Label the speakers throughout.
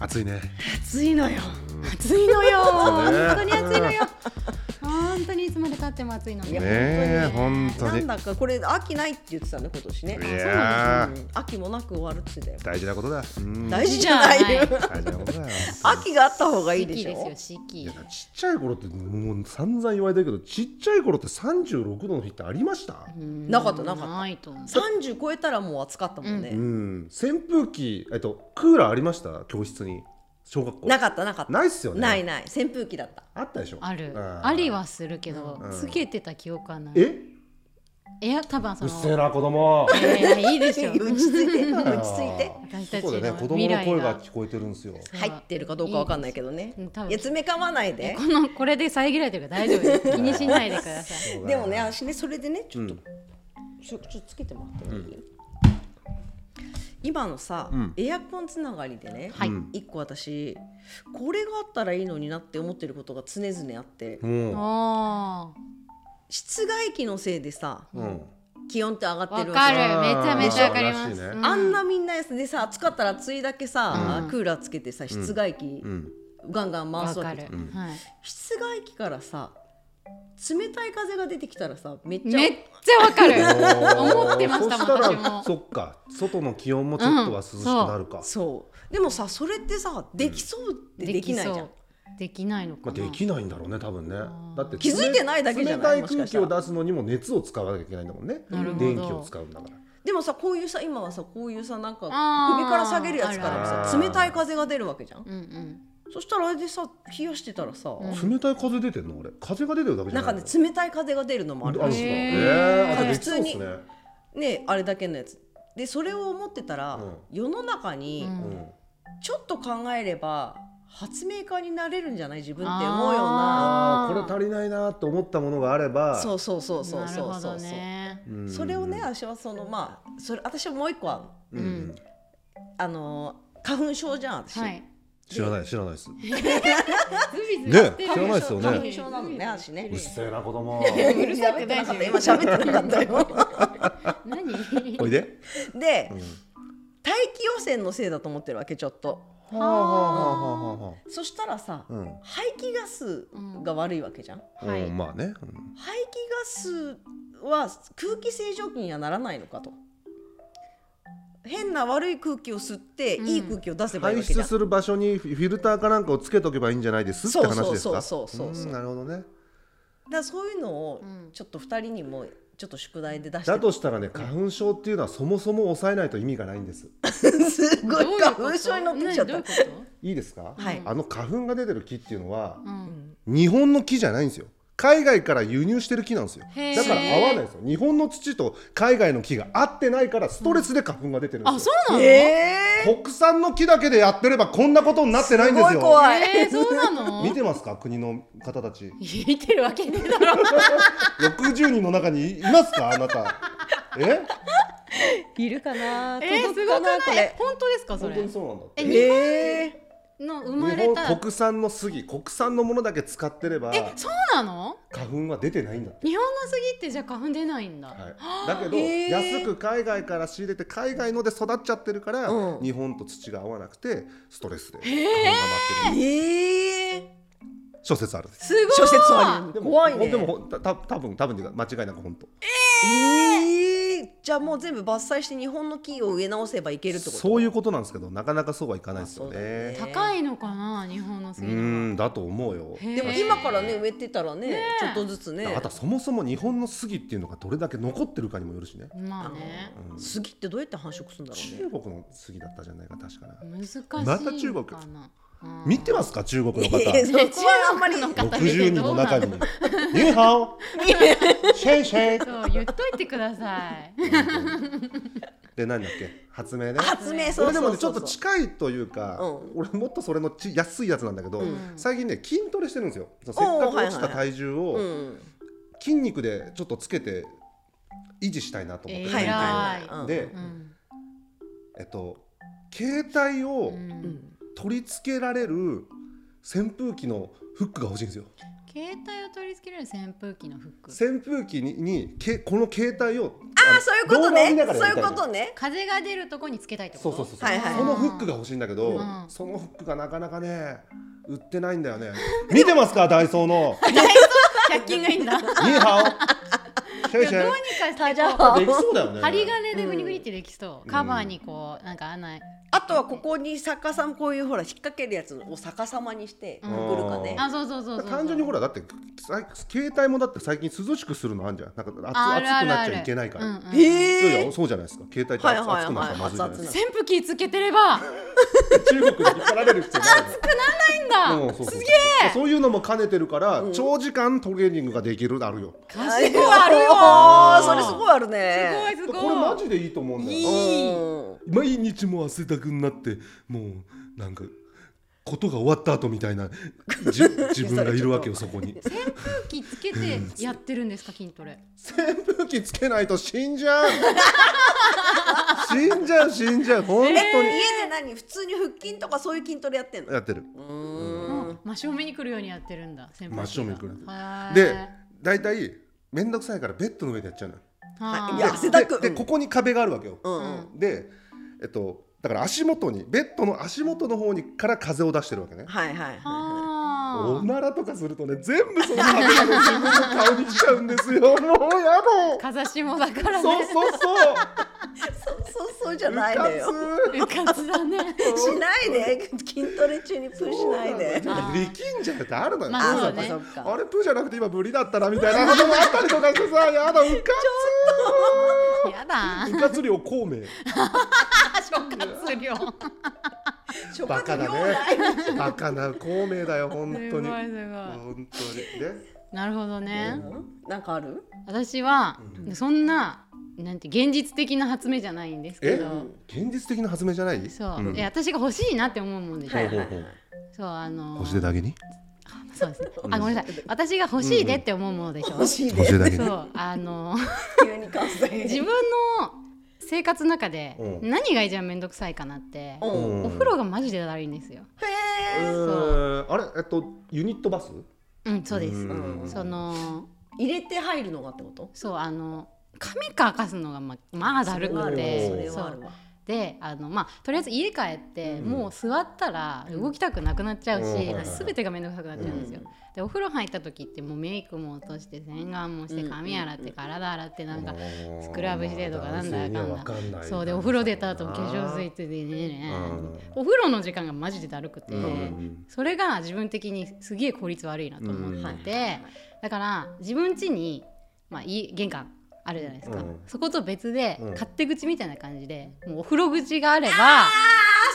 Speaker 1: 暑いね
Speaker 2: 暑い のよ暑いのよ
Speaker 1: そうね
Speaker 2: 本当に暑いのよ本当にいつまで経っても暑いの
Speaker 1: ね
Speaker 2: よ
Speaker 1: え本当
Speaker 3: なん
Speaker 1: に
Speaker 3: だかこれ秋ないって言ってたね今年ね
Speaker 1: いや
Speaker 3: うん秋もなく終わるって言ってたよ
Speaker 1: 大事なことだうん
Speaker 3: 大事じゃない
Speaker 2: いいじゃな
Speaker 1: 大事なこと だよ
Speaker 3: 秋があった方がいい
Speaker 2: 四
Speaker 3: で
Speaker 2: 季
Speaker 3: し
Speaker 2: です
Speaker 3: ょ
Speaker 2: よ四
Speaker 1: い
Speaker 2: 季
Speaker 1: やちっちゃい頃ってもう散々言われてるけどちっちゃい頃って36度の日ってありました
Speaker 3: なかったなかった
Speaker 2: ないと思う
Speaker 3: 30超えたらもう暑かったもんね、
Speaker 1: うん扇風機えっとクーラーありました教室に小学校
Speaker 3: なかったなかった
Speaker 1: ないっすよね
Speaker 3: ないない扇風機だった
Speaker 1: あったでしょ
Speaker 2: ある
Speaker 1: うん
Speaker 2: ありはするけど
Speaker 1: うん
Speaker 2: つけてた記憶はない
Speaker 1: え
Speaker 2: エア多分
Speaker 1: う
Speaker 2: そ
Speaker 1: っせえ
Speaker 2: の
Speaker 1: な子供
Speaker 2: いやいやいいでしょ
Speaker 3: 落ち着いて落ち着いて
Speaker 1: あー
Speaker 2: 私たちの
Speaker 1: 外でね子供の
Speaker 2: 未来
Speaker 1: 声
Speaker 2: が
Speaker 1: が聞こえてるんですよ
Speaker 3: 入ってるかどうかわかんないけどね
Speaker 2: いいです多分
Speaker 3: いや詰め噛まないで
Speaker 2: このこれで遮られてるから大丈夫です気にしないでください
Speaker 3: でもね私ねそれでねちょっと、ちょちょっとつけてもらってもいい、今のさ、エアコンつながりでね、
Speaker 2: はい
Speaker 3: 一個私これがあったらいいのになって思ってることが常々あって、
Speaker 1: も
Speaker 2: お
Speaker 3: 室外機のせいでさ
Speaker 1: ううん
Speaker 3: 気温って上がっ
Speaker 2: ーわ
Speaker 3: てるわ
Speaker 2: か
Speaker 3: け
Speaker 2: るめちゃめちゃわかりま
Speaker 1: あ
Speaker 2: す
Speaker 1: ー
Speaker 2: うん
Speaker 3: あんなみんなやつでさ暑かったら暑いだけさ、クーラーつけてさ室外機、
Speaker 1: うん
Speaker 3: ガンガン回
Speaker 2: わ
Speaker 3: すわ
Speaker 2: か
Speaker 3: けじゃ
Speaker 2: る
Speaker 3: ん
Speaker 2: はい
Speaker 3: 室外機からさ冷たい風が出てきたらさめっちゃ
Speaker 2: めっちゃわかる
Speaker 1: おー
Speaker 2: 思ってました
Speaker 1: そ
Speaker 2: もん
Speaker 1: した
Speaker 2: 私
Speaker 1: ら
Speaker 2: も
Speaker 1: そっか外の気温もちょっとは涼しくなるか
Speaker 3: そうでもさそれってさできそうってできないじゃん、
Speaker 2: そうできないの
Speaker 1: ま
Speaker 2: か
Speaker 1: あ、で
Speaker 2: な
Speaker 1: きないんだろうね多分ねだって
Speaker 3: 気づいてないだけじゃない
Speaker 1: 冷たい空気を出すのにも熱を使わなきゃいけないんだもんね
Speaker 2: なるほど
Speaker 1: 電気を使うんだから
Speaker 3: でもさこういうさ今はさこういうさなんか首
Speaker 2: あー
Speaker 3: から下げるやつからも
Speaker 1: あ
Speaker 3: さ
Speaker 1: るある
Speaker 3: 冷たい風が出るわけじゃん
Speaker 2: うんうん
Speaker 3: そしたらあれでさ冷やしてたらさ、
Speaker 1: 冷たい風出てんの俺風が出てるだけじ
Speaker 3: な
Speaker 1: ゃ
Speaker 3: ん
Speaker 1: な
Speaker 3: か
Speaker 1: い
Speaker 3: ね
Speaker 1: の
Speaker 3: 冷たい風が出るのもある
Speaker 1: あるんですか
Speaker 2: へ
Speaker 1: えー、あ
Speaker 3: ー
Speaker 1: できそうですね
Speaker 3: ねあれだけのやつでそれを思ってたら、
Speaker 1: うん
Speaker 3: 世の中に
Speaker 2: うん
Speaker 3: ちょっと考えれば発明家になれるんじゃない自分って思うような
Speaker 1: あ
Speaker 2: あー
Speaker 1: ーこれ足りないなと思ったものがあれば
Speaker 3: そうそうそうそう
Speaker 2: なる
Speaker 3: そう
Speaker 2: ほ
Speaker 3: そ
Speaker 2: ど
Speaker 3: うそう、
Speaker 2: ね
Speaker 1: うん
Speaker 3: それをね私はそのまあそれ私はもう一個ある
Speaker 1: う
Speaker 3: の
Speaker 1: んうん
Speaker 3: あの花粉症じゃん私、
Speaker 2: はい
Speaker 1: 知らない知らないです
Speaker 2: ね
Speaker 1: ね知らないですよ
Speaker 3: 花
Speaker 1: ね
Speaker 3: 粉症なのね私ね
Speaker 1: うっせえな子供
Speaker 2: うるさくないし
Speaker 3: 今喋ってなかったよ
Speaker 2: 何
Speaker 1: おいで
Speaker 3: で、大気汚染のせいだと思ってるわけちょっと
Speaker 1: はあはあはあはあは
Speaker 3: そしたらさ、
Speaker 1: うん
Speaker 3: 排気ガスが悪いわけじゃん、
Speaker 1: あ、
Speaker 2: はい
Speaker 1: うんまあね、
Speaker 3: 排気ガスは空気清浄機にはならないのかと変な悪い空気を吸って、
Speaker 2: ん
Speaker 3: いい空気を出せばいい
Speaker 1: 排
Speaker 3: わけじ
Speaker 1: 出
Speaker 3: ゃん
Speaker 1: する場所にフィフィルターかなんかをつけとけばいいんじゃないですって
Speaker 3: そう
Speaker 1: 話ですか
Speaker 3: そうそうそうそうん
Speaker 1: なるほどね
Speaker 3: だからそういうのを
Speaker 2: ん
Speaker 3: ちょっと二人にもちょっと宿題で出して
Speaker 1: だとしたらね花粉症っていうのはそもそも抑えないと意味がないんです
Speaker 3: すごい花粉症に乗ってきちゃっ
Speaker 2: どういう
Speaker 3: た
Speaker 2: こ
Speaker 1: いいですか、
Speaker 3: はい
Speaker 1: あの花粉が出てる木っていうのは、
Speaker 2: とうん
Speaker 1: 日本の木じゃないんですよ海外から輸入してる木なんですよ
Speaker 2: へー
Speaker 1: だから合わないんですよ日本の土と海外の木が合ってないからストレスで花粉が出てるん
Speaker 2: あ
Speaker 1: ですよ、
Speaker 2: そうなの
Speaker 3: え
Speaker 1: 国産の木だけでやってればこんなことになってないんですよ
Speaker 3: すごい怖い
Speaker 2: えーそうなの
Speaker 1: 見てますか国の方たち
Speaker 2: 見てるわけねえだろ
Speaker 1: 60人の中にいますかあなたえ
Speaker 3: いるかな
Speaker 2: え
Speaker 3: 届く
Speaker 2: ー、すごく
Speaker 3: かなこ
Speaker 2: ない
Speaker 3: れ
Speaker 2: 本当ですかそ
Speaker 1: 本
Speaker 2: れ
Speaker 1: 当にそうなんだって
Speaker 2: え
Speaker 3: え
Speaker 2: 日
Speaker 3: ー
Speaker 2: 本の生ま
Speaker 1: 日
Speaker 2: れた
Speaker 1: 本国産の杉国産のものだけ使ってれば
Speaker 2: えそうなの
Speaker 1: 花粉は出てないんだって、
Speaker 2: 日本の杉ってじゃあ花粉出ないんだ、
Speaker 1: はい、だけど、
Speaker 3: へー
Speaker 1: 安く海外から仕入れて海外ので育っちゃってるから、
Speaker 3: うん
Speaker 1: 日本と土が合わなくてストレスで花粉が待ってる
Speaker 3: ええ
Speaker 1: 諸説あるです
Speaker 2: すごい
Speaker 3: 諸説あ
Speaker 1: で
Speaker 3: り
Speaker 1: も
Speaker 3: 怖いね
Speaker 1: でもほんたた多分多分っていうか間違いなく本当
Speaker 3: えー、じゃあもう全部伐採して日本の木を植え直せばいけるってこと
Speaker 1: そういうことなんですけどなかなかそうはいかないですよ
Speaker 3: あそうだよ
Speaker 1: ね
Speaker 3: ね
Speaker 2: 高いのかな日本の
Speaker 1: う
Speaker 2: 杉の方が
Speaker 1: んだと思うよ
Speaker 2: へー
Speaker 3: でも今からね植えてたらね
Speaker 2: ねえ
Speaker 3: ちょっとずつね
Speaker 1: あとはそもそも日本の杉っていうのがどれだけ残ってるかにもよるしね、
Speaker 2: まあね
Speaker 1: うん
Speaker 3: 杉ってどうやって繁殖するんだろうね
Speaker 1: 中国の杉だったじゃないか確かな、
Speaker 2: 難しいかな、
Speaker 1: また中国見てますか中国の方
Speaker 3: え そこはあんまり
Speaker 2: の方見
Speaker 1: 60
Speaker 2: て
Speaker 1: 人
Speaker 2: ど
Speaker 1: の
Speaker 2: うな
Speaker 1: 中
Speaker 2: の
Speaker 1: に「ニーハオシェイシェイ
Speaker 2: そう言っといてくだ さい」
Speaker 1: で何だっけ発明ね
Speaker 3: 発明そ
Speaker 1: 俺
Speaker 3: う
Speaker 1: で
Speaker 3: そ
Speaker 1: も
Speaker 3: う
Speaker 1: ねちょっと
Speaker 3: そう
Speaker 1: 近いというか、
Speaker 3: うん
Speaker 1: 俺もっとそれのち安いやつなんだけど、最近ね筋トレしてるんですよそうせっ
Speaker 3: おー
Speaker 1: かく落ち
Speaker 3: はい
Speaker 1: た
Speaker 3: はい
Speaker 1: 体重を、
Speaker 3: うん
Speaker 1: 筋肉でちょっとつけて維持したいなと思って、
Speaker 2: えー
Speaker 3: はいはい
Speaker 2: 偉
Speaker 3: はい
Speaker 1: で、
Speaker 2: うん
Speaker 1: えっと携帯を
Speaker 2: うん
Speaker 1: 取り付けられる扇風機のフックが欲しいんですよ
Speaker 2: 携帯を取り付けられる扇風機のフック
Speaker 1: 扇風機ににけこの携帯を
Speaker 3: あ
Speaker 1: の
Speaker 3: あそういうこと
Speaker 1: 動画を
Speaker 3: ね
Speaker 1: 見ながら
Speaker 3: そう
Speaker 1: や
Speaker 3: い
Speaker 1: りた
Speaker 3: う
Speaker 1: い
Speaker 3: こ
Speaker 1: の
Speaker 3: とね
Speaker 2: 風が出るとこにつけたいって
Speaker 1: そ
Speaker 2: こ
Speaker 1: う
Speaker 2: と
Speaker 1: そうそうそう、
Speaker 3: はいはい
Speaker 1: そのフックが欲しいんだけど、
Speaker 2: うん
Speaker 1: そのフックがなかなかね売ってないんだよね見てますかダイソーの「
Speaker 2: 100均がいいんだどう
Speaker 1: ニーハオ」シェイ
Speaker 2: に
Speaker 1: シェイ
Speaker 2: かしてこ
Speaker 3: あ
Speaker 1: できそうだよね
Speaker 2: う針金でグニグニってできそう、カバーにこうなんか穴
Speaker 3: あとはここに逆さまこういうほら引っ掛けるやつを逆さまにしてく
Speaker 2: う
Speaker 3: く
Speaker 2: ん
Speaker 3: るかね、
Speaker 2: あそうそうそうそう
Speaker 1: 単純にほらだってさ携帯もだって最近涼しくするのあるじゃんなんか
Speaker 2: あ
Speaker 1: 暑
Speaker 2: るあ
Speaker 1: 暑く
Speaker 2: る
Speaker 1: なっ
Speaker 2: ある
Speaker 1: ちゃいけないから、
Speaker 2: うんうん
Speaker 1: いや
Speaker 3: へ
Speaker 1: い
Speaker 3: え
Speaker 1: やそうじゃないですか携帯って
Speaker 3: はい
Speaker 1: 熱,、
Speaker 3: はいはい
Speaker 1: くなったらまずいじゃないです
Speaker 3: 熱
Speaker 1: か
Speaker 2: 扇風機つけてれば
Speaker 1: 中国に引っ張られる必要ない熱く
Speaker 2: いいんだ
Speaker 1: うん、そうそうすげえそういうのも兼ねてるから、長時間トレーニングができるあるよ
Speaker 2: 賢いあるよー
Speaker 3: それすごいあるね
Speaker 2: す
Speaker 1: こ
Speaker 2: ごいすごい
Speaker 1: れマジでいいと思うんだよ
Speaker 2: いい
Speaker 3: うん
Speaker 1: 毎日もう汗だくになってもうなんかことが終わった後みたいな じ自分がいるわけよそこに
Speaker 2: 扇風機つけてやってるんですか筋トレ
Speaker 1: 扇風機つけないと死んじゃ う死んじゃう死んじゃう本当に
Speaker 3: えっと家で何普通に腹筋とかそういう筋トレやってんの
Speaker 1: やってる
Speaker 3: うー
Speaker 2: も
Speaker 3: ん
Speaker 2: う真正面に来るようにやってるんだ扇風機
Speaker 1: 真
Speaker 2: が
Speaker 1: 正面に来る
Speaker 2: はーい
Speaker 1: で大体面倒くさいからベッドの上でやっちゃうのよ
Speaker 2: はー
Speaker 3: い
Speaker 1: で
Speaker 3: や汗だく
Speaker 1: で
Speaker 3: うん
Speaker 1: でここに壁があるわけよ、
Speaker 3: うん
Speaker 2: うん
Speaker 1: でえっとだから足元にベッドの足元の方にから風を出してるわけね
Speaker 3: はいはいは
Speaker 1: お
Speaker 2: はー
Speaker 1: ならとかするとね全部その壁がね自分の顔に来ちゃうんです よもうやろう
Speaker 2: 風下だから
Speaker 1: そう
Speaker 2: ね
Speaker 1: そうそう
Speaker 3: いそうそうそうじゃないのよ
Speaker 2: うかつだね
Speaker 3: しないで筋トレ中にプーしないで
Speaker 2: あー
Speaker 1: 力んじゃうってあるのよ、
Speaker 2: ま
Speaker 3: あ
Speaker 2: あ
Speaker 3: そ
Speaker 2: そうう
Speaker 3: か
Speaker 2: ね
Speaker 3: そうか
Speaker 1: あれプーじゃなくて今ブリだったなみたいなこともあったりとかしてさやだうか
Speaker 2: やだ
Speaker 1: つうかつ量孔 明
Speaker 2: 諸活量
Speaker 3: 諸
Speaker 1: バカだ
Speaker 3: 葛亮
Speaker 1: ね
Speaker 3: ない
Speaker 1: バカな孔明だよ本
Speaker 2: す
Speaker 1: 当
Speaker 2: ごいすごい
Speaker 1: に本当にね
Speaker 2: なるほどね
Speaker 3: なんかある
Speaker 2: 私はそんななんて現実的な発明じゃないんですけ
Speaker 1: え
Speaker 2: ど
Speaker 1: 現実的な発明じゃない
Speaker 2: そう、
Speaker 1: ん
Speaker 2: いや私が欲しいなって思うもんでしょ、
Speaker 3: はい
Speaker 1: ほうほうほう
Speaker 2: そうあの
Speaker 1: 腰でだけに
Speaker 2: そうですねあごめんなさい私が欲しいでって思うものでしょ、
Speaker 3: 欲しい
Speaker 1: 腰で
Speaker 3: で
Speaker 1: だけ
Speaker 2: そ
Speaker 1: に
Speaker 2: うあの
Speaker 3: 急に関
Speaker 2: 自
Speaker 3: 西
Speaker 2: 分の生活の中で
Speaker 1: うん
Speaker 2: 何が一番面倒くさいかなって、
Speaker 3: う
Speaker 1: うんん
Speaker 2: お風呂がマジでだるいんですよ
Speaker 1: え
Speaker 3: へえ
Speaker 1: ーあれえっとユニットバス
Speaker 2: うんそうです、
Speaker 1: うん
Speaker 2: その
Speaker 3: 入れて入るのがってこと
Speaker 2: そうあの髪乾かすのがままあだるく
Speaker 1: そ
Speaker 2: て
Speaker 1: れ
Speaker 2: そ
Speaker 3: はある
Speaker 2: う
Speaker 3: わ
Speaker 2: であの、まあ、とりあえず家帰って、
Speaker 1: うん
Speaker 2: もう座ったら動きたくなくなっちゃうし、
Speaker 1: うんはいはい
Speaker 2: 全てが面倒くさくなっちゃうんですよ、でお風呂入った時ってもうメイクも落として洗顔もして
Speaker 3: うん
Speaker 2: 髪洗って体洗ってなんか、
Speaker 1: ス
Speaker 2: スクラブしてとかなんだかんだそうでお風呂出た後も化粧水ついてねね
Speaker 1: うん
Speaker 2: お風呂の時間がマジでだるくて、
Speaker 1: うん
Speaker 2: それが自分的にすげえ効率悪いなと思ってて、
Speaker 3: うんはい
Speaker 2: だから自分家に、まあ、い玄関あるじゃないですか、
Speaker 1: うん
Speaker 2: そこと別で、
Speaker 1: うん
Speaker 2: 勝手口みたいな感じでもうお風呂口があれば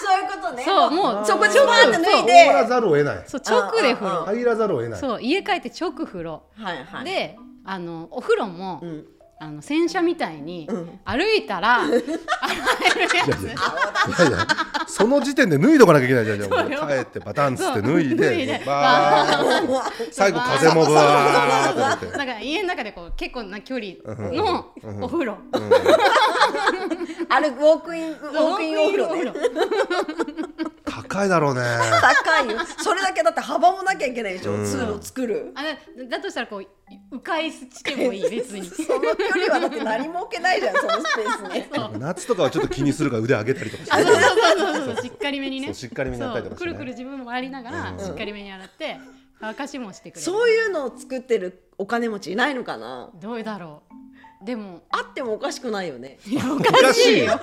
Speaker 3: そういうことね
Speaker 2: そうもう
Speaker 1: そこ
Speaker 2: ちょ
Speaker 3: バーって脱いで
Speaker 1: 終わらざるを得ない
Speaker 2: そう直で風
Speaker 3: あ
Speaker 2: 呂
Speaker 1: 入らざるを得ない
Speaker 2: そう家帰って直風呂、
Speaker 3: はいはい
Speaker 2: であのお風呂も、
Speaker 3: うん
Speaker 2: あの洗車みたいに
Speaker 3: うん
Speaker 2: 歩いたら 洗えるやつ。
Speaker 1: いやいやその時点で脱いどかなきゃいけないじゃんじゃ
Speaker 2: そうよ
Speaker 1: あもう帰ってバタンっつって脱い
Speaker 2: そう脱い
Speaker 1: で
Speaker 2: で
Speaker 1: バーン最後風もブワーってなって
Speaker 2: だから家の中でこう結構な距離のお風呂。
Speaker 3: あれウォークインウォークインお風呂ね
Speaker 2: ウォークインお風呂
Speaker 1: 高いだろうね
Speaker 3: 高いよそれだけだって幅もなきゃいけないでしょ
Speaker 1: うん
Speaker 3: 通路作る
Speaker 2: あだだとしたらこう迂回してもいい別 に。
Speaker 3: その距離はだって何も置けないじゃんそのスペースね
Speaker 1: 夏とかはちょっと気にするから腕上げたりとか
Speaker 2: あ
Speaker 1: し
Speaker 2: そう
Speaker 1: て
Speaker 2: そうそうそうそうしっかりめに
Speaker 1: そう
Speaker 2: ね。
Speaker 1: しっかりめになったりとかして
Speaker 2: そう
Speaker 1: ね
Speaker 2: くるくる自分も回りながら、
Speaker 1: うん
Speaker 2: しっかりめに洗って乾かしもしてくれる。
Speaker 3: そういうのを作ってるお金持ちいないのかな
Speaker 2: どうだろう。でも
Speaker 3: あってもおかしくないよね
Speaker 2: いやお
Speaker 1: お
Speaker 2: か
Speaker 1: か
Speaker 2: し
Speaker 1: し
Speaker 2: い
Speaker 1: いよ
Speaker 2: よ。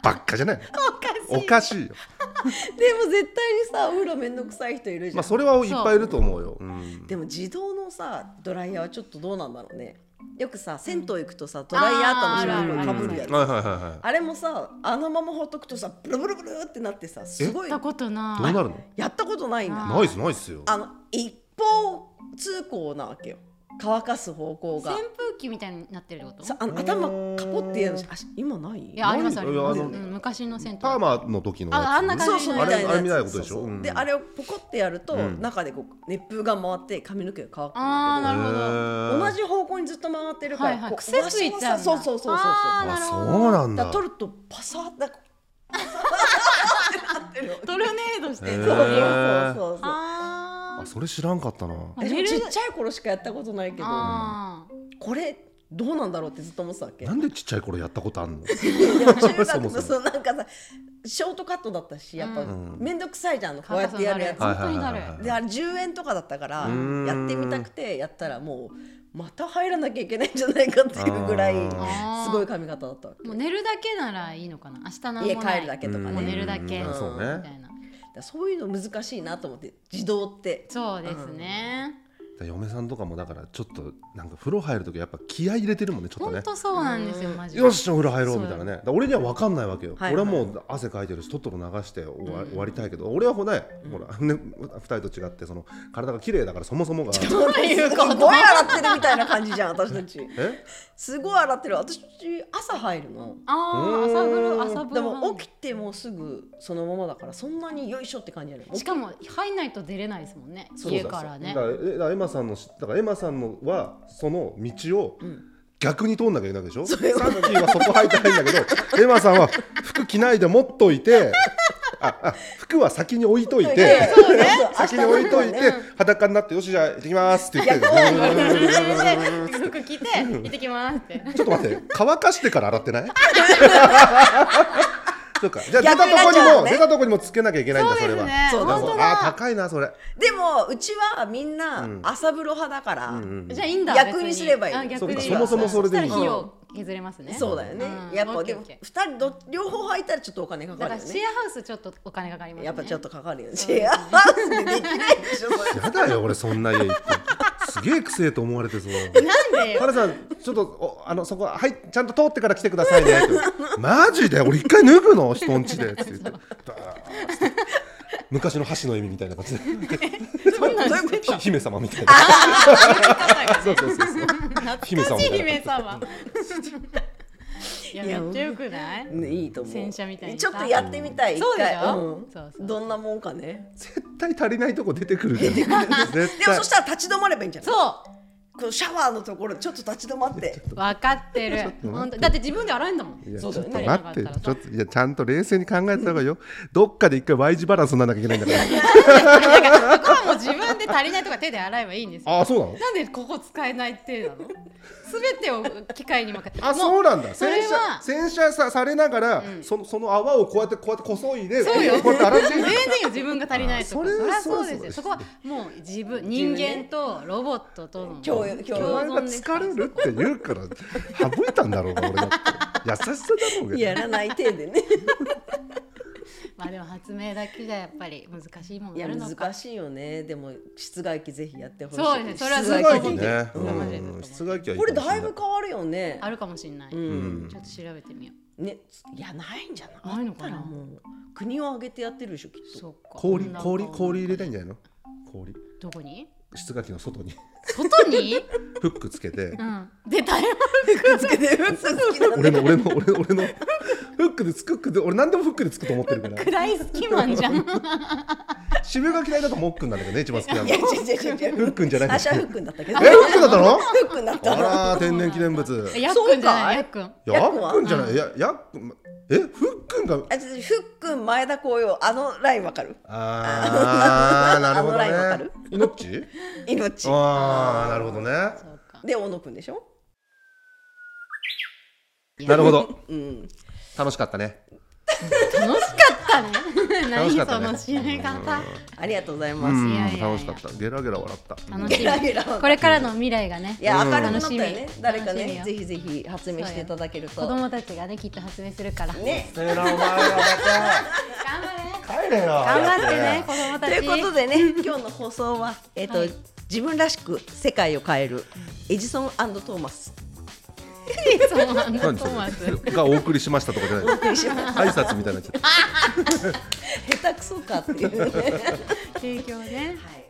Speaker 1: ばっかじゃない
Speaker 2: おかしい。
Speaker 1: おかしいよ
Speaker 3: でも絶対にさお風呂めんどくさい人いるじ
Speaker 1: ま
Speaker 3: ゃ
Speaker 1: あ
Speaker 3: ん
Speaker 1: それはいっぱいいると思うようん
Speaker 3: でも自動のさドライヤーはちょっとどうなんだろうねよくさ銭湯行くとさドライヤーと
Speaker 2: あーある
Speaker 3: の
Speaker 2: あ
Speaker 3: シ
Speaker 2: る
Speaker 3: ャンプーかぶるやつ
Speaker 1: はいはいはいはい
Speaker 3: あれもさあのままほっとくとさブルブルブルってなってさすごい
Speaker 2: やったことな
Speaker 1: ど
Speaker 2: い。
Speaker 1: うなるの
Speaker 3: やったことないんだ
Speaker 2: あ
Speaker 1: ナイスナイスよ
Speaker 3: あの一方通行なわけよ乾かす方向が
Speaker 2: 扇風機みたいになってるってこと
Speaker 3: さあの頭カポってやるじゃんあし今ない
Speaker 2: いやありますあ
Speaker 1: な
Speaker 2: り
Speaker 1: いよ
Speaker 2: ます、
Speaker 1: あ
Speaker 2: う
Speaker 1: の
Speaker 2: ん、昔の銭湯
Speaker 1: パーマの時のやつ
Speaker 2: ああんな感じ
Speaker 3: そうそう
Speaker 2: あれ
Speaker 1: あれみたいなことでしょ
Speaker 3: そうそう
Speaker 1: うん
Speaker 3: であれをポコってやると、
Speaker 1: うん
Speaker 3: 中でこう熱風が回って髪の毛が乾くん
Speaker 2: あーな
Speaker 3: だ
Speaker 2: るほど、
Speaker 3: けど同じ方向にずっと回ってるから、
Speaker 2: はいはい
Speaker 3: こう
Speaker 2: 癖ついちゃうんだ
Speaker 3: そうそうそうそうそう
Speaker 2: あー
Speaker 1: あそうなん
Speaker 3: だか
Speaker 1: だ
Speaker 3: ら取るとパサッだパサッってなってるよ
Speaker 2: トルネードし
Speaker 1: へ
Speaker 2: て
Speaker 1: ー
Speaker 2: ん
Speaker 3: そ
Speaker 2: の
Speaker 3: うそうそうそう
Speaker 2: あ
Speaker 1: あそれ知らんかったな
Speaker 2: あ
Speaker 3: 私もちっちゃい頃しかやったことないけど
Speaker 2: あ
Speaker 3: これどうなんだろうってずっと思ってたわけ
Speaker 1: なんでちっちゃい頃やったことあんの
Speaker 3: でも中
Speaker 1: そ
Speaker 3: 学
Speaker 1: も
Speaker 3: の
Speaker 1: そも
Speaker 3: そうなんかさショートカットだったしやっぱ
Speaker 1: うん
Speaker 3: 面倒くさいじゃんあの
Speaker 2: ー
Speaker 3: こうやってやるやつ
Speaker 1: はい
Speaker 2: 本当になる
Speaker 1: はいはいはい
Speaker 3: であれ10円とかだったからや
Speaker 1: うん
Speaker 3: ってみたくてやったらもうまた入らなきゃいけないんじゃないかっていうぐらい
Speaker 1: あ
Speaker 3: す
Speaker 2: ー
Speaker 3: ごい髪型だったわけ
Speaker 2: もう寝るだけならいいのかな明日なんもな
Speaker 3: 家
Speaker 2: い
Speaker 3: 帰るだけとか
Speaker 2: もう寝
Speaker 3: ね
Speaker 2: るだけ
Speaker 1: うんそう
Speaker 2: みた
Speaker 1: ね
Speaker 2: い
Speaker 3: だ
Speaker 2: な
Speaker 3: からそういうの難しいなと思って自動って
Speaker 2: そうですね
Speaker 1: 嫁さんとかもだからちょっとなんか風呂入る時やっぱ気合い入れてるもんねちょっと
Speaker 2: 本
Speaker 1: ね
Speaker 2: 当そうなんですよマジで
Speaker 1: よっしお風呂入ろうみたいなねだから俺には分かんないわけよ、
Speaker 3: はい
Speaker 1: 俺はもう汗かいてるしとっとと流して終わ,、終わりたいけど俺はほら,、ねほらね、二人と違ってその体が綺麗だからそもそ もが
Speaker 3: どういうことすごい洗ってるみたいな感じじゃん私たち
Speaker 1: え
Speaker 3: すごい洗ってる私朝入るの
Speaker 2: ああ朝風呂朝風
Speaker 3: で
Speaker 2: 呂
Speaker 3: も起きてもうすぐそのままだからそんなによいしょって感じやる
Speaker 2: しかも入んないと出れないですもんね
Speaker 1: そう
Speaker 2: 家
Speaker 1: だ
Speaker 2: からね
Speaker 1: だからえだからエマさんのしだからエマさんのはその道を逆に通んなきゃいけないわけでしょさっきはそこ入ってないんだけ どエマさんは服着ないで持っといてああ服は先に置いといて
Speaker 3: そうね
Speaker 1: 先に置いとい
Speaker 3: 明
Speaker 1: て
Speaker 3: 日の分ね
Speaker 1: 裸になってよしじゃあ行ってきますって言って
Speaker 2: で服着て行ってきますって
Speaker 1: ちょっと待って乾かしてから洗ってないそうかじゃあ出た
Speaker 3: 逆に
Speaker 1: と
Speaker 3: な
Speaker 1: こ
Speaker 3: っち
Speaker 1: に
Speaker 3: ゃう
Speaker 1: も、
Speaker 3: のね
Speaker 1: 出たとこにもつけなきゃいけないんだそれ
Speaker 2: そう
Speaker 1: は
Speaker 2: ですね
Speaker 3: そうだ
Speaker 1: なる
Speaker 2: 本
Speaker 1: ほど
Speaker 2: 当
Speaker 1: あー
Speaker 2: だ
Speaker 1: 高いなそれ
Speaker 3: でもうちはみんな
Speaker 1: うん
Speaker 3: 朝風呂派だから、
Speaker 1: うん
Speaker 2: じゃあいいんだ
Speaker 3: 逆に
Speaker 2: 別
Speaker 3: すればいい
Speaker 2: あ逆に
Speaker 1: そうかそもそもそれでいい
Speaker 2: したら費用削れますね
Speaker 3: そうだよね、
Speaker 2: うん
Speaker 3: やっぱ
Speaker 2: オッケ
Speaker 3: で
Speaker 2: ーオ
Speaker 3: も
Speaker 2: ッケー
Speaker 3: 2人ど両方入ったらちょっとお金かか
Speaker 2: だ
Speaker 3: る
Speaker 2: か
Speaker 3: よ
Speaker 2: らシェ
Speaker 3: ね
Speaker 2: アハウスちょっとお金かかりますね
Speaker 3: やっぱちょっとかかるよね
Speaker 2: そ
Speaker 3: シ
Speaker 2: うですね
Speaker 3: ェアハウスでできないでしょ そ
Speaker 1: や
Speaker 3: れ
Speaker 1: だよ俺そんな家行ってすげえくせえと思われてそう
Speaker 2: なんでよ
Speaker 1: カラさんちょっとおあのそこはいちゃんと通ってから来てくださいねってマジで俺一回脱ぐの人んちでって言ってバーッて昔の箸の意味みたいな感じで
Speaker 2: そんなん
Speaker 3: どういうこと
Speaker 1: ひ姫様みたいなそうそうそうそう姫様
Speaker 2: 懐
Speaker 1: み
Speaker 2: かしい
Speaker 1: たいな
Speaker 2: 姫様いやめっちゃよくない
Speaker 3: ねいいと思う
Speaker 2: 戦車みたいに
Speaker 3: ち
Speaker 2: さ
Speaker 3: ょっとやってみたい一
Speaker 2: そうでし
Speaker 3: 回
Speaker 2: ょ
Speaker 3: うん
Speaker 2: そうそう
Speaker 3: どんなもんかね
Speaker 1: 絶対足りないとこ出てくる じゃん絶
Speaker 3: でも
Speaker 1: 対
Speaker 3: そしたら立ち止まればいいんじゃない
Speaker 2: そ
Speaker 3: このシャワーのところちょっと立ち止まって
Speaker 2: う分かってる本当だって自分で洗えんだもん
Speaker 1: いやちょ
Speaker 3: そう
Speaker 1: っ
Speaker 3: だ
Speaker 1: と
Speaker 3: よね
Speaker 1: 待って
Speaker 2: なかったら
Speaker 1: ちょっといやちゃんと冷静に考えてた方がいいよどっかで一回 Y 字バランスにならなきゃいけないんだから
Speaker 2: そこはもう自分で足りないとか手で洗えばいいんです よ
Speaker 1: ああそうなの
Speaker 2: なんでここ使えないってなの全てを機械に任せて
Speaker 1: あ
Speaker 2: も
Speaker 1: そうなんだ
Speaker 2: それ
Speaker 1: 洗
Speaker 2: は
Speaker 1: 車洗車さされながら、そのその泡をこうやってこうやってこそいで
Speaker 2: そうよ
Speaker 1: こうやって洗って
Speaker 2: 全然よ自分が足りないと
Speaker 1: あ
Speaker 2: か
Speaker 1: それ
Speaker 2: そりゃ
Speaker 1: は
Speaker 2: そう
Speaker 1: そ
Speaker 2: で
Speaker 1: う
Speaker 2: す
Speaker 1: そ
Speaker 2: よ
Speaker 1: う
Speaker 2: そこはもう自分
Speaker 3: 自分
Speaker 2: 人
Speaker 3: ね
Speaker 2: 間とロボットとの
Speaker 3: 共有共有
Speaker 1: お前が
Speaker 2: 存ですから
Speaker 1: 疲れるって言うから省いたんだろうな俺だって優しさだろう
Speaker 3: や
Speaker 1: が
Speaker 3: らない手でね
Speaker 2: まあでも発明だけじゃやっぱり難しいもん
Speaker 3: いや
Speaker 2: やるのか
Speaker 3: 難しいよねでも室外機ぜひやってほしい
Speaker 2: そうですねそれは
Speaker 1: 室
Speaker 3: 室
Speaker 1: 外
Speaker 3: 外
Speaker 1: 機
Speaker 3: 機
Speaker 1: ね
Speaker 2: う
Speaker 1: うんん室外機はいい
Speaker 3: これ
Speaker 1: かもし
Speaker 3: だい
Speaker 1: な
Speaker 3: ぶ変わるよね
Speaker 2: あるかもしれない、
Speaker 3: うん
Speaker 2: ちょっと調べてみよ
Speaker 3: ねいやないんじゃない
Speaker 2: ないのかな
Speaker 3: あったらもう国を挙げてやってるでしょきっ
Speaker 2: う
Speaker 3: と
Speaker 2: そっか
Speaker 1: 氷
Speaker 2: 温暖化
Speaker 1: 氷氷入れたいん
Speaker 2: 温
Speaker 1: じゃないの氷
Speaker 2: 暖化どこに
Speaker 1: 室外機の外に
Speaker 2: 外に
Speaker 1: フックつけて
Speaker 2: うん出たよ
Speaker 3: つけてる好きなんだ
Speaker 1: 俺の俺の俺の俺のフックでつくくで俺何でもフックでつくと思ってるから
Speaker 2: 大好きマンじゃん
Speaker 1: 渋谷が嫌いだとモックンなんだけどね一番好きなの
Speaker 3: いや違う違う違う
Speaker 1: フックンじゃない
Speaker 3: あしゃふっくんだったけど
Speaker 1: えフックンだったの
Speaker 3: ふっくんだった
Speaker 1: あ
Speaker 3: の
Speaker 1: ら天然記念物
Speaker 2: やっくんじゃない
Speaker 3: そうかい
Speaker 2: やっくん
Speaker 1: やっくんじゃない、や、やっくん、え、ふっくんが。
Speaker 3: あちょっとふっくん前田紅葉あのラインわかる
Speaker 1: ああ、なるほど
Speaker 3: あのラインわか
Speaker 1: ね
Speaker 3: る。
Speaker 1: 命。
Speaker 3: 命
Speaker 1: ああ、なるほどね。
Speaker 2: そうか
Speaker 3: で小野くんでしょ
Speaker 1: なるほど、
Speaker 3: うん
Speaker 1: 楽しかったね。
Speaker 2: 楽しかったね
Speaker 1: 楽
Speaker 2: 何
Speaker 1: しかった
Speaker 2: そ
Speaker 1: ね
Speaker 2: の締め方
Speaker 3: ありがとうございます、
Speaker 1: う
Speaker 2: いやいや
Speaker 1: ん、
Speaker 2: いや
Speaker 1: 楽しかった。ゲラゲラ笑った。
Speaker 2: 楽
Speaker 3: ゲ
Speaker 2: し
Speaker 3: ラゲラ
Speaker 2: みこれからの未来がね
Speaker 3: いや
Speaker 1: うん
Speaker 3: 明るくなったよね
Speaker 2: 楽しみ
Speaker 3: 誰か
Speaker 2: 楽しみ
Speaker 3: ね
Speaker 2: よ
Speaker 3: ぜひぜひ発明していただける
Speaker 2: 子
Speaker 3: と
Speaker 2: 供たちがねきっと発明するから
Speaker 3: ね
Speaker 1: せーな、お前ら
Speaker 2: 頑張れ
Speaker 1: また。帰れよ。
Speaker 2: 頑張ってね子供
Speaker 3: と
Speaker 2: たち
Speaker 3: いうことで ね今日の放送はえっ、と、
Speaker 2: はい
Speaker 3: 自分らしく世界を変えるエジソントーマス
Speaker 2: そうなんだ
Speaker 1: 何
Speaker 2: トーマス
Speaker 1: それがお送りしましたとかじゃない挨拶みたいになっちゃった
Speaker 3: 下手くそかっていうね
Speaker 2: 提供ね
Speaker 3: はい